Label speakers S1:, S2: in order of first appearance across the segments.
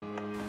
S1: 二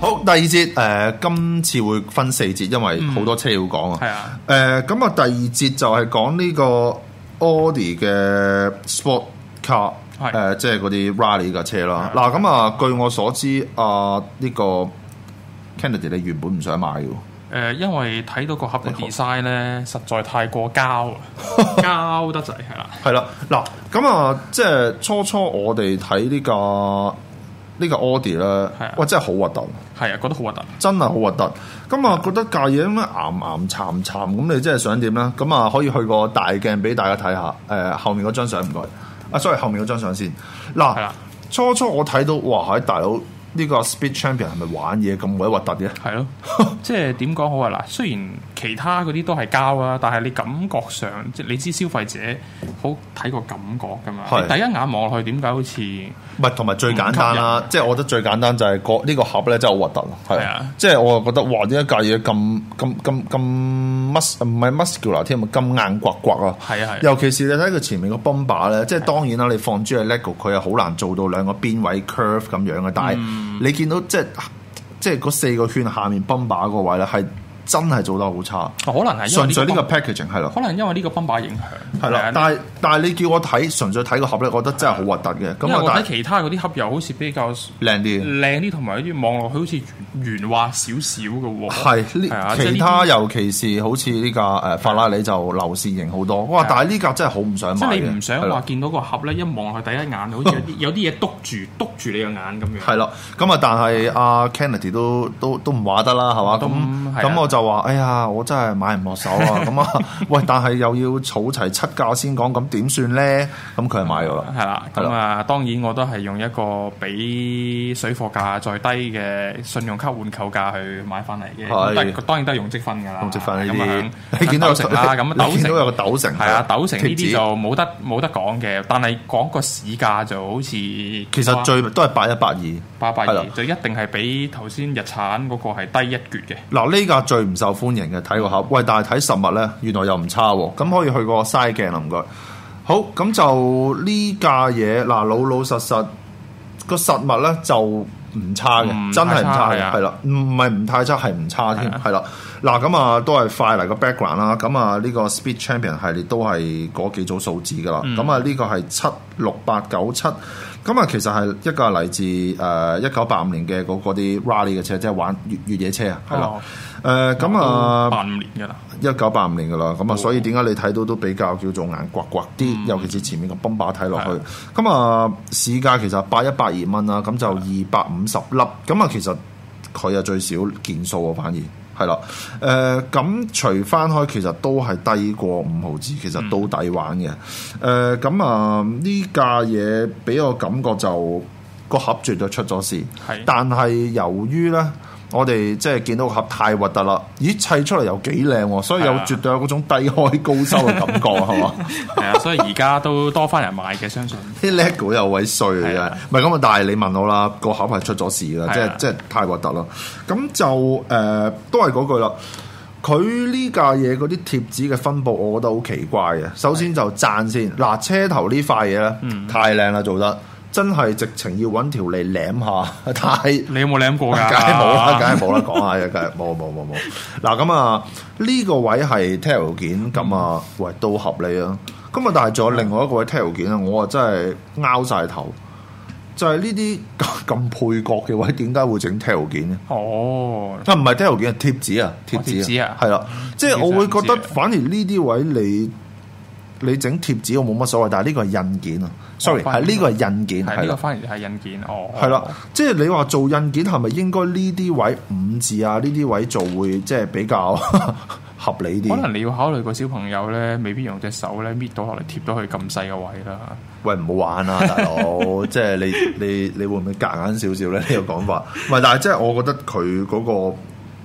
S2: 好，第二節誒、呃今次會分四節，因為好多車要講啊。
S3: 嗯係啊
S2: 誒咁啊，第二節就係講呢個 Audi 嘅 Sport Car，誒、
S3: 係
S2: 即係嗰啲 Rally 架車啦。嗱咁啊，據我所知啊，呢、個 Kennedy 你原本唔想買嘅喎。
S3: 誒、因為睇到個盒嘅 design 咧，實在太過 膠啊，膠得滯係啦，
S2: 係啦，嗱，咁啊，即係初初我哋睇呢個呢、個 Audi
S3: 係
S2: 咧
S3: 啊，
S2: 哇，真係好核突，
S3: 係啊，覺得好核突。
S2: 真係好核突。咁啊，覺得架嘢咁樣岩岩殘殘，咁你真係想點咧？咁啊，可以去個大鏡俾大家睇下。誒、後面嗰張相唔該。啊，sorry，後面嗰張相先。
S3: 係
S2: 嗱
S3: 啦，
S2: 初初我睇到，哇，喺大佬呢、個 Speed Champion 係咪玩嘢咁鬼核突嘅？
S3: 係咯，即係點講好啊？嗱，雖然其他嗰啲都係膠啊，但係你感覺上，即係你知消費者好睇個感覺噶嘛。
S2: 係
S3: 你第一眼望落去，點解好似係
S2: 唔係，同埋最簡單啦，即係我覺得最簡單就係個呢個盒咧真係好核突啊！係
S3: 嗯係啊
S2: 即係我又覺得哇，呢一架嘢咁咁咁咁 mus 唔係 muscular 添啊，咁硬刮刮啊！
S3: 啊係啊
S2: 尤其是你睇佢前面個泵把咧，即係當然啦，你放豬嘅 lego 佢係好難做到兩個邊位 curve 咁樣嘅，但係
S3: 嗯
S2: 你見到即係即係嗰四個圈下面泵把個位咧，係真係做得好差。
S3: 可能係因為
S2: 純粹呢個
S3: 個泵啊
S2: packaging 係啦，
S3: 可能因為呢個泵把影響
S2: 係啦，但係但係你叫我睇純粹睇個盒咧，我覺得真係好核突嘅。
S3: 因
S2: 咁
S3: 為嗯
S2: 啊，
S3: 我嗯睇
S2: 但係
S3: 其他嗰啲盒又好似比較靚
S2: 靚啲。
S3: 啲，同埋啲望落去好似圓圓滑少少嘅喎。
S2: 係
S3: 係
S2: 呢
S3: 啊即係呢
S2: 其
S3: 啲
S2: 他尤其是好似呢架誒法拉利就流線型好多，哇！
S3: 係啊
S2: 但係呢架真係好唔想
S3: 即
S2: 買
S3: 係
S2: 嘅，
S3: 你唔想
S2: 係
S3: 話
S2: 啦
S3: 見到個盒咧，一望落去第一眼好似 有啲有啲嘢篤住篤住你個眼咁樣。
S2: 係啦，咁啊，但係阿 Kennedy 都都都唔話得啦，係
S3: 都
S2: 嘛？咁
S3: 係啊
S2: 咁我就話：哎呀，我真係買唔落手 啊！咁啊，喂，但係又要儲齊七架先講，咁點算咧？咁佢係買咗啦，
S3: 係啦，
S2: 係啦
S3: 咁啊，當然我都係用一個比水貨價再低嘅信用卡換購價去買翻嚟嘅，
S2: 係
S3: 咁但係當然都係用積分㗎啦，
S2: 咁積分呢
S3: 咁
S2: 啲
S3: 啊，
S2: 你見到有
S3: 鬥成啦，咁啊
S2: 你
S3: 鬥
S2: 見
S3: 成
S2: 到有個斗成
S3: 係啊，鬥成呢
S2: 貼紙
S3: 啲就冇得冇得講嘅，但係講個市價就好似其
S2: 其實最都係八一八二。
S3: 八百
S2: 係啦
S3: 二，就一定係比頭先日產嗰個係低一橛嘅。
S2: 嗱，呢架最唔受歡迎嘅睇個盒，喂，但係睇實物咧，原來又唔差喎，咁可以去個嘥鏡啦，唔該。好，咁就呢架嘢嗱，老老實實個實物咧就唔差嘅，
S3: 唔
S2: 真係唔差
S3: 太差係
S2: 嘅，
S3: 啊
S2: 係啦，唔唔係唔太差，係唔差添，
S3: 係啊
S2: 係啦。嗱，咁啊都係快嚟個 background 啦，咁啊呢個 Speed Champion 系列都係嗰幾組數字噶啦，
S3: 嗯
S2: 咁啊呢個係七六八九七，咁啊其實係一個嚟自誒一九八五年嘅嗰嗰啲 Rally 嘅車，即係玩越越野車啊，係啦
S3: 哦。
S2: 誒咁啊，
S3: 八五年㗎啦，
S2: 一九八五年噶啦，咁啊，所以點解你睇到都比較叫做眼刮刮啲，尤其是前面個泵把睇落去
S3: 係，
S2: 咁啊市價其實八一百二蚊啦，咁就二百五十粒，咁啊其實佢啊最少件數啊，反而係啦，誒、咁除翻開其實都係低過五毫子，其實都抵玩嘅，誒、
S3: 嗯
S2: 咁啊呢架嘢俾我感覺就個盒絕對出咗事。
S3: 係
S2: 但係由於咧，我哋即係見到個盒太核突啦，咦砌出嚟又幾靚喎，所以有
S3: 係啊
S2: 絕對有嗰種低開高收嘅感覺啊，係 嘛？
S3: 係啊，所以而家都多翻人買嘅，相信。
S2: 啲 lego 有位衰嘅
S3: 係
S2: 啫
S3: 啊，
S2: 唔係咁啊！但係你問我啦，個盒係出咗事啦，即
S3: 係
S2: 係
S3: 啊
S2: 即係太核突啦。咁就誒、呃都係嗰句啦。佢呢架嘢嗰啲貼紙嘅分佈，我覺得好奇怪嘅。首先就讚先，嗱車頭呢塊嘢咧，
S3: 嗯
S2: 太靚啦，做得真係直情要揾條脷舐下， 太
S3: 你有冇舐過㗎？
S2: 梗係冇啦，梗係冇啦，講下嘅，梗係冇冇冇冇。嗱咁啊，呢個位係 tail 件，咁
S3: 嗯
S2: 啊，喂都合理啊。咁啊，但係仲有另外一個位 tail 件啊，我啊真係拗晒頭，就係呢啲 咁配角嘅位，點解會整 tail 件呢？
S3: 哦，
S2: 啊，唔係 tail 件，係貼紙啊，貼
S3: 哦貼紙
S2: 紙啊
S3: 啊，
S2: 係啦，即係
S3: 貼紙
S2: 我會
S3: 上
S2: 覺得
S3: 紙啊
S2: 反而呢啲位你你整貼紙我冇乜所謂，但係呢個係印件啊，sorry，
S3: 哦反而
S2: 係呢個係印件，
S3: 係呢
S2: 係
S3: 個
S2: 啦。
S3: 反而係印件哦。
S2: 係啦，即係你話做印件係咪應該呢啲位五字啊？呢啲位做會即係比較 合理
S3: 可
S2: 啲。
S3: 能你要考慮個小朋友咧，未必用隻手咧搣到落嚟貼到佢咁細嘅位啦。
S2: 喂，唔好玩啊，大佬！即係你你你會唔會夾硬少少咧？呢個講法，唔係，但係即係我覺得佢嗰、個。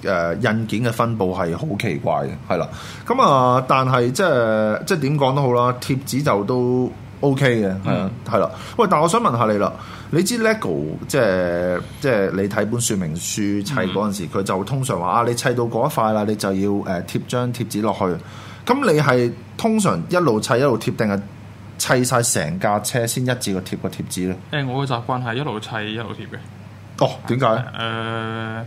S2: 誒、印件嘅分布係好奇怪嘅，係啦。咁啊，但係即係即係點講都好啦，貼紙就都 OK 嘅，係啊，係啦、喂，但係我想問下你啦，你知 LEGO 即係即係你睇本說明書砌嗰陣時，佢、就通常話啊，你砌到嗰一塊啦，你就要誒、貼張貼紙落去。咁你係通常一路砌一路貼定係砌晒成架車先一次過貼個貼紙咧？
S3: 誒、我嘅習慣係一路砌一路貼嘅。
S2: 哦，點解咧？
S3: 誒，呃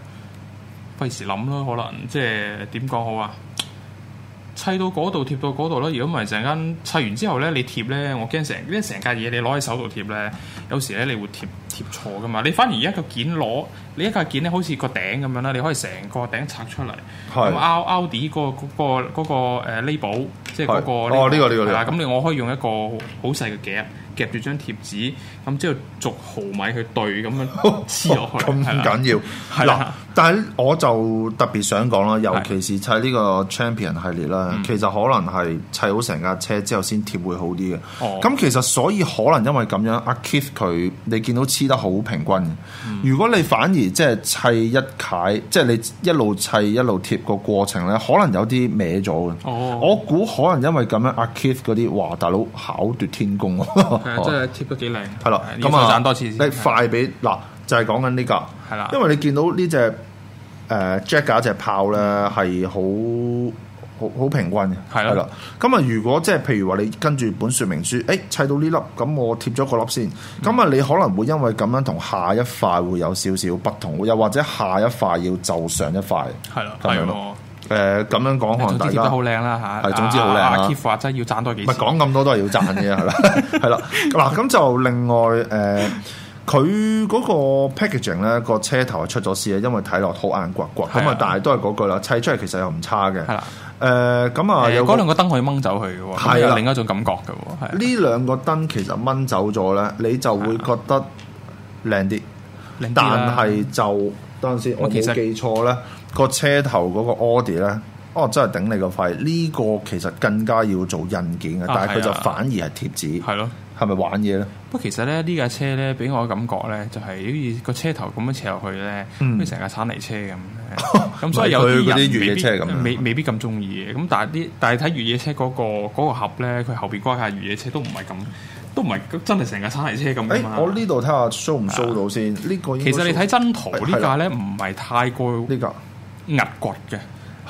S3: 費事諗咯，可能即係點講好啊？砌到嗰度貼到嗰度啦，如果唔係陣間砌完之後咧，你貼咧，我驚成因為成架嘢你攞喺手度貼咧，有時咧你會貼貼錯噶嘛。你反而一個件攞，你一個件咧好似個頂咁樣啦，你可以成個頂拆出嚟，
S2: 係
S3: 咁凹凹啲嗰個嗰個嗰個誒 label，即係嗰個
S2: 係哦呢個呢個
S3: 係啦
S2: 呢個
S3: 咁你我可以用一個好細嘅夾夾住張貼紙，咁之後逐毫米去對咁樣黐落去，
S2: 哦咁
S3: 係啦
S2: 緊要
S3: 係啊
S2: 嗱
S3: 啦，
S2: 但係我就特別想講啦，尤其是砌呢個 champion 系列啦，
S3: 嗯
S2: 其實可能係砌好成架車之後先貼會好啲嘅。
S3: 哦
S2: 咁、其實所以可能因為咁樣，阿 Keith 佢你見到黐得好平均嘅。
S3: 嗯
S2: 如果你反而即係砌一楷，即係你一路砌一路貼個過程咧，可能有啲歪咗嘅。
S3: 哦
S2: 我估可能因為咁樣，阿 Keith 嗰啲哇大佬巧奪天工喎
S3: 係啊真係貼得幾靚。
S2: 係啦，
S3: 要
S2: 咁啊，
S3: 再賺多次先。
S2: 你快俾嗱，就係講緊呢架，
S3: 係啦
S2: 因為你見到呢只誒 Jack 架只炮咧係好。好好平均嘅，
S3: 係啦
S2: 係啦。咁啊，如果即係譬如話你跟住本說明書，誒、哎砌到呢粒，咁我貼咗個粒
S3: 嗯
S2: 先。咁啊、你可能會因為咁樣同下一塊會有少少不同，又或者下一塊要就上一塊。
S3: 係啦，
S2: 咁
S3: 係
S2: 樣
S3: 喎
S2: 咯。誒咁、樣講，可能
S3: 總之
S2: 大
S3: 貼得
S2: 家
S3: 好靚啦嚇。
S2: 係總之好靚啦
S3: 啊啊 Keith 話真係要賺多幾
S2: 唔
S3: 次。
S2: 係講咁多都係要賺嘅， 係啦，係啦。嗱，咁就另外誒，佢、嗰個 packaging 咧個車頭係出咗事啊，因為睇落好硬刮刮。咁
S3: 係
S2: 啊
S3: 啊，
S2: 但係都係嗰句啦，砌出嚟其實又唔差嘅。
S3: 係啦。
S2: 誒，咁啊，
S3: 誒
S2: 有
S3: 嗰
S2: 個
S3: 兩個燈可以掹走佢嘅喎，
S2: 係啦
S3: 咁有另一種感覺嘅喎，係
S2: 呢兩個燈其實掹走咗咧，你就會覺得靚啲，
S3: 靚啲啦
S2: 但係就等陣先，我
S3: 其實
S2: 冇記錯咧，個車頭嗰個 Audi 咧。哦，真係頂你個肺！呢、個其實更加要做印件嘅，
S3: 啊
S2: 但係佢就
S3: 係啊
S2: 反而係貼紙，
S3: 係咯。
S2: 係咪玩嘢咧？
S3: 不過其實咧，呢架車咧，俾我嘅感覺咧，就係好似個車頭咁樣斜落去咧，
S2: 嗯
S3: 好似成架鏟泥車咁嘅。 咁所以有
S2: 唔係佢
S3: 啲
S2: 嗰啲
S3: 人
S2: 越野車係咁啊樣
S3: 未必未未必咁中意嘅。咁但係啲但係睇越野車嗰個嗰個盒咧，佢後邊嗰架越野車都唔係咁，都唔係真係成架鏟泥車咁
S2: 誒
S3: 㗎嘛。，
S2: 我呢度睇下 show 唔 show 到先？呢個應該
S3: 其實你睇
S2: show-
S3: 真圖
S2: 係
S3: 呢架咧，唔係太過
S2: 呢個
S3: 壓骨嘅，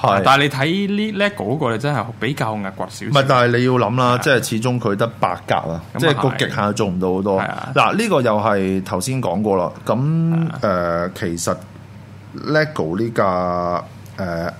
S2: 係，
S3: 但係你睇呢 LEGO 嗰個咧，真係比較壓骨少
S2: 唔係？
S3: 少。
S2: 但係你要諗啦，即係始終佢得八格啊，
S3: 咁啊
S2: 即係個
S3: 係
S2: 極限做唔到好多。
S3: 係啊
S2: 嗱，呢個又係頭先講過啦。咁
S3: 啊
S2: 誒，其實 LEGO 呢架誒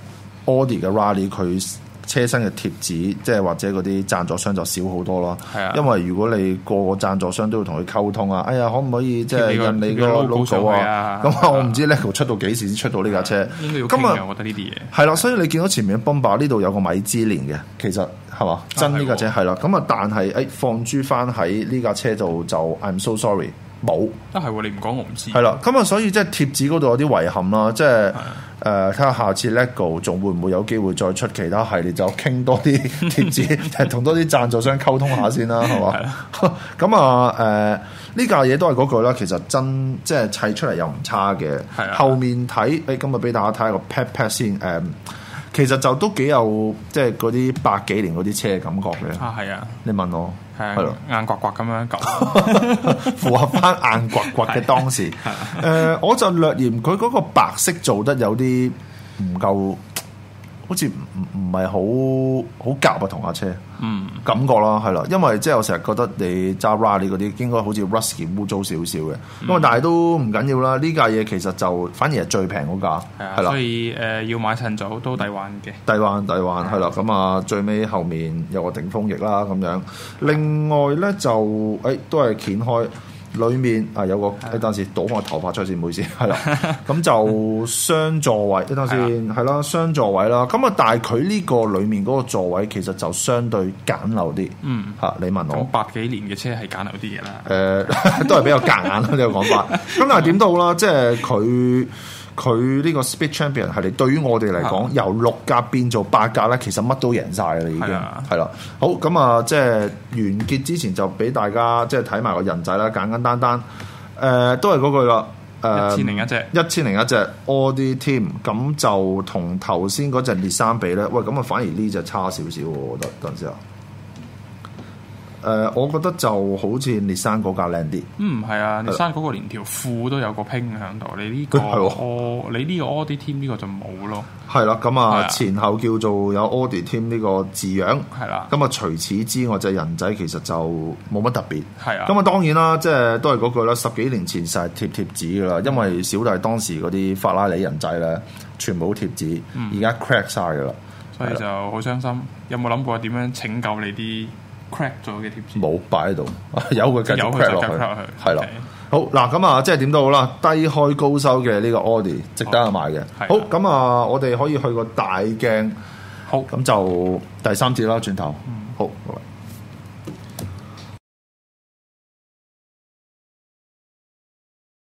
S2: Audi 嘅 Rally 佢。車身嘅貼紙，即係或者嗰啲贊助商就少好多啦。
S3: 係啊
S2: 因為如果你個個贊助商都要同佢溝通啊，哎呀，可唔可以即係
S3: 貼
S2: 印
S3: 你個
S2: 你
S3: 貼
S2: 個
S3: 你個 logo 上
S2: logo
S3: 去
S2: 啊
S3: 啊？
S2: 咁啊，我唔知 LEGO 出到幾時先出到呢架車。
S3: 應該要
S2: 咁
S3: 傾
S2: 啊
S3: 嘅，我覺得呢啲嘢。
S2: 係啦，所以你見到前面嘅泵把呢度有個米芝蓮嘅，其實係嘛真呢架車
S3: 啊係
S2: 係啦，咁啊但係誒、哎放豬翻喺呢架車度就 I'm so sorry 冇
S3: 啊係喎，你唔講我唔知。
S2: 係啦，咁啊所以即係貼紙嗰度有啲遺憾啦，即係
S3: 啊
S2: 誒睇下下次 LEGO 仲會唔會有機會再出其他系列，就傾多啲 貼紙，同多啲贊助商溝通下先啦，係嘛？ 咁啊誒呢架嘢都係嗰句啦，其實真即係砌出嚟又唔差嘅
S3: 係，啊
S2: 後面睇誒今日俾大家睇下個 pat pat 先誒。其實就都幾有即係嗰啲百幾年嗰啲車嘅感覺嘅。
S3: 啊係啊，
S2: 你問我
S3: 係
S2: 係咯
S3: 啊，，硬刮刮咁樣撳。
S2: 符合翻硬刮刮嘅當時。 誒、我就略嫌佢嗰個白色做得有啲唔夠，好似唔唔唔係好好夾啊，同架車。
S3: 嗯，
S2: 感覺啦，係啦，因為即係我成日覺得你揸 Rally 嗰啲應該好似 Rusty 污糟少少嘅，咁啊但係都唔緊要啦。呢架嘢其實就反而係最平嗰架，
S3: 係啊，
S2: 係啦
S3: 所。以誒要買趁早都抵玩嘅。
S2: 低灣低灣係啦，咁啊最尾後面有個頂峰翼啦咁樣。另外咧就誒、都係掀開裡面啊有個一陣時倒我頭髮出去先，唔好意思，係啦，咁就雙座位一陣先，係啦，雙座位啦，咁啊，但係佢呢個裡面嗰個座位其實就相對簡陋啲，
S3: 嗯
S2: 嚇你問我
S3: 咁。八幾年嘅車係簡陋啲嘢啦
S2: 誒、，呃 都係比較夾硬啦呢個講 法。咁但係點到啦，即係佢佢呢個 Speed Champion 係嚟對於我哋嚟講，
S3: 啊
S2: 由六格變做八格咧，其實乜都贏晒嘅啦，已經
S3: 係啊
S2: 係啦。好咁啊，即係完結之前就俾大家即係睇埋個人仔啦，簡簡單單。誒、呃都係嗰句啦。呃誒
S3: 一千零一隻。
S2: 一千零一隻 All D Team，咁就同頭先嗰隻列三比咧，喂，咁啊反而呢隻差少少喎，我覺得等陣先啊。誒、我覺得就好似列山嗰架靚啲，
S3: 嗯，係啊，你生嗰個連條褲都有個拼喺度，你呢個
S2: 係喎
S3: 哦，你呢個 All D Team 呢個就冇咯，
S2: 係啦，咁
S3: 係
S2: 啊
S3: 啊
S2: 前後叫做有 All D Team 呢個字樣，
S3: 係啦，
S2: 咁啊除此之外隻人仔其實就冇乜特別。
S3: 係啊，
S2: 咁啊，當然啦，即係都係嗰句啦。十幾年前實係貼貼紙噶啦，因為小弟當時嗰啲法拉利人仔咧，全部都貼紙，
S3: 嗯
S2: 而家 crack 晒噶啦，
S3: 所以就好傷心。有冇諗過點樣拯救你啲 crack 咗嘅貼紙？
S2: 冇擺喺度， 有佢繼
S3: 有
S2: 續
S3: 佢
S2: crack
S3: 就
S2: 落
S3: 繼
S2: 去
S3: 續 crack 落去，
S2: 係啦
S3: OK。
S2: 好嗱，咁啊，即係點都好啦，低開高收嘅呢個 Audi 值得買嘅。
S3: 係
S2: 好，咁啊啊，我哋可以去個大鏡，
S3: 好。
S2: 咁
S3: 嗯
S2: 就第三節啦，轉頭。好。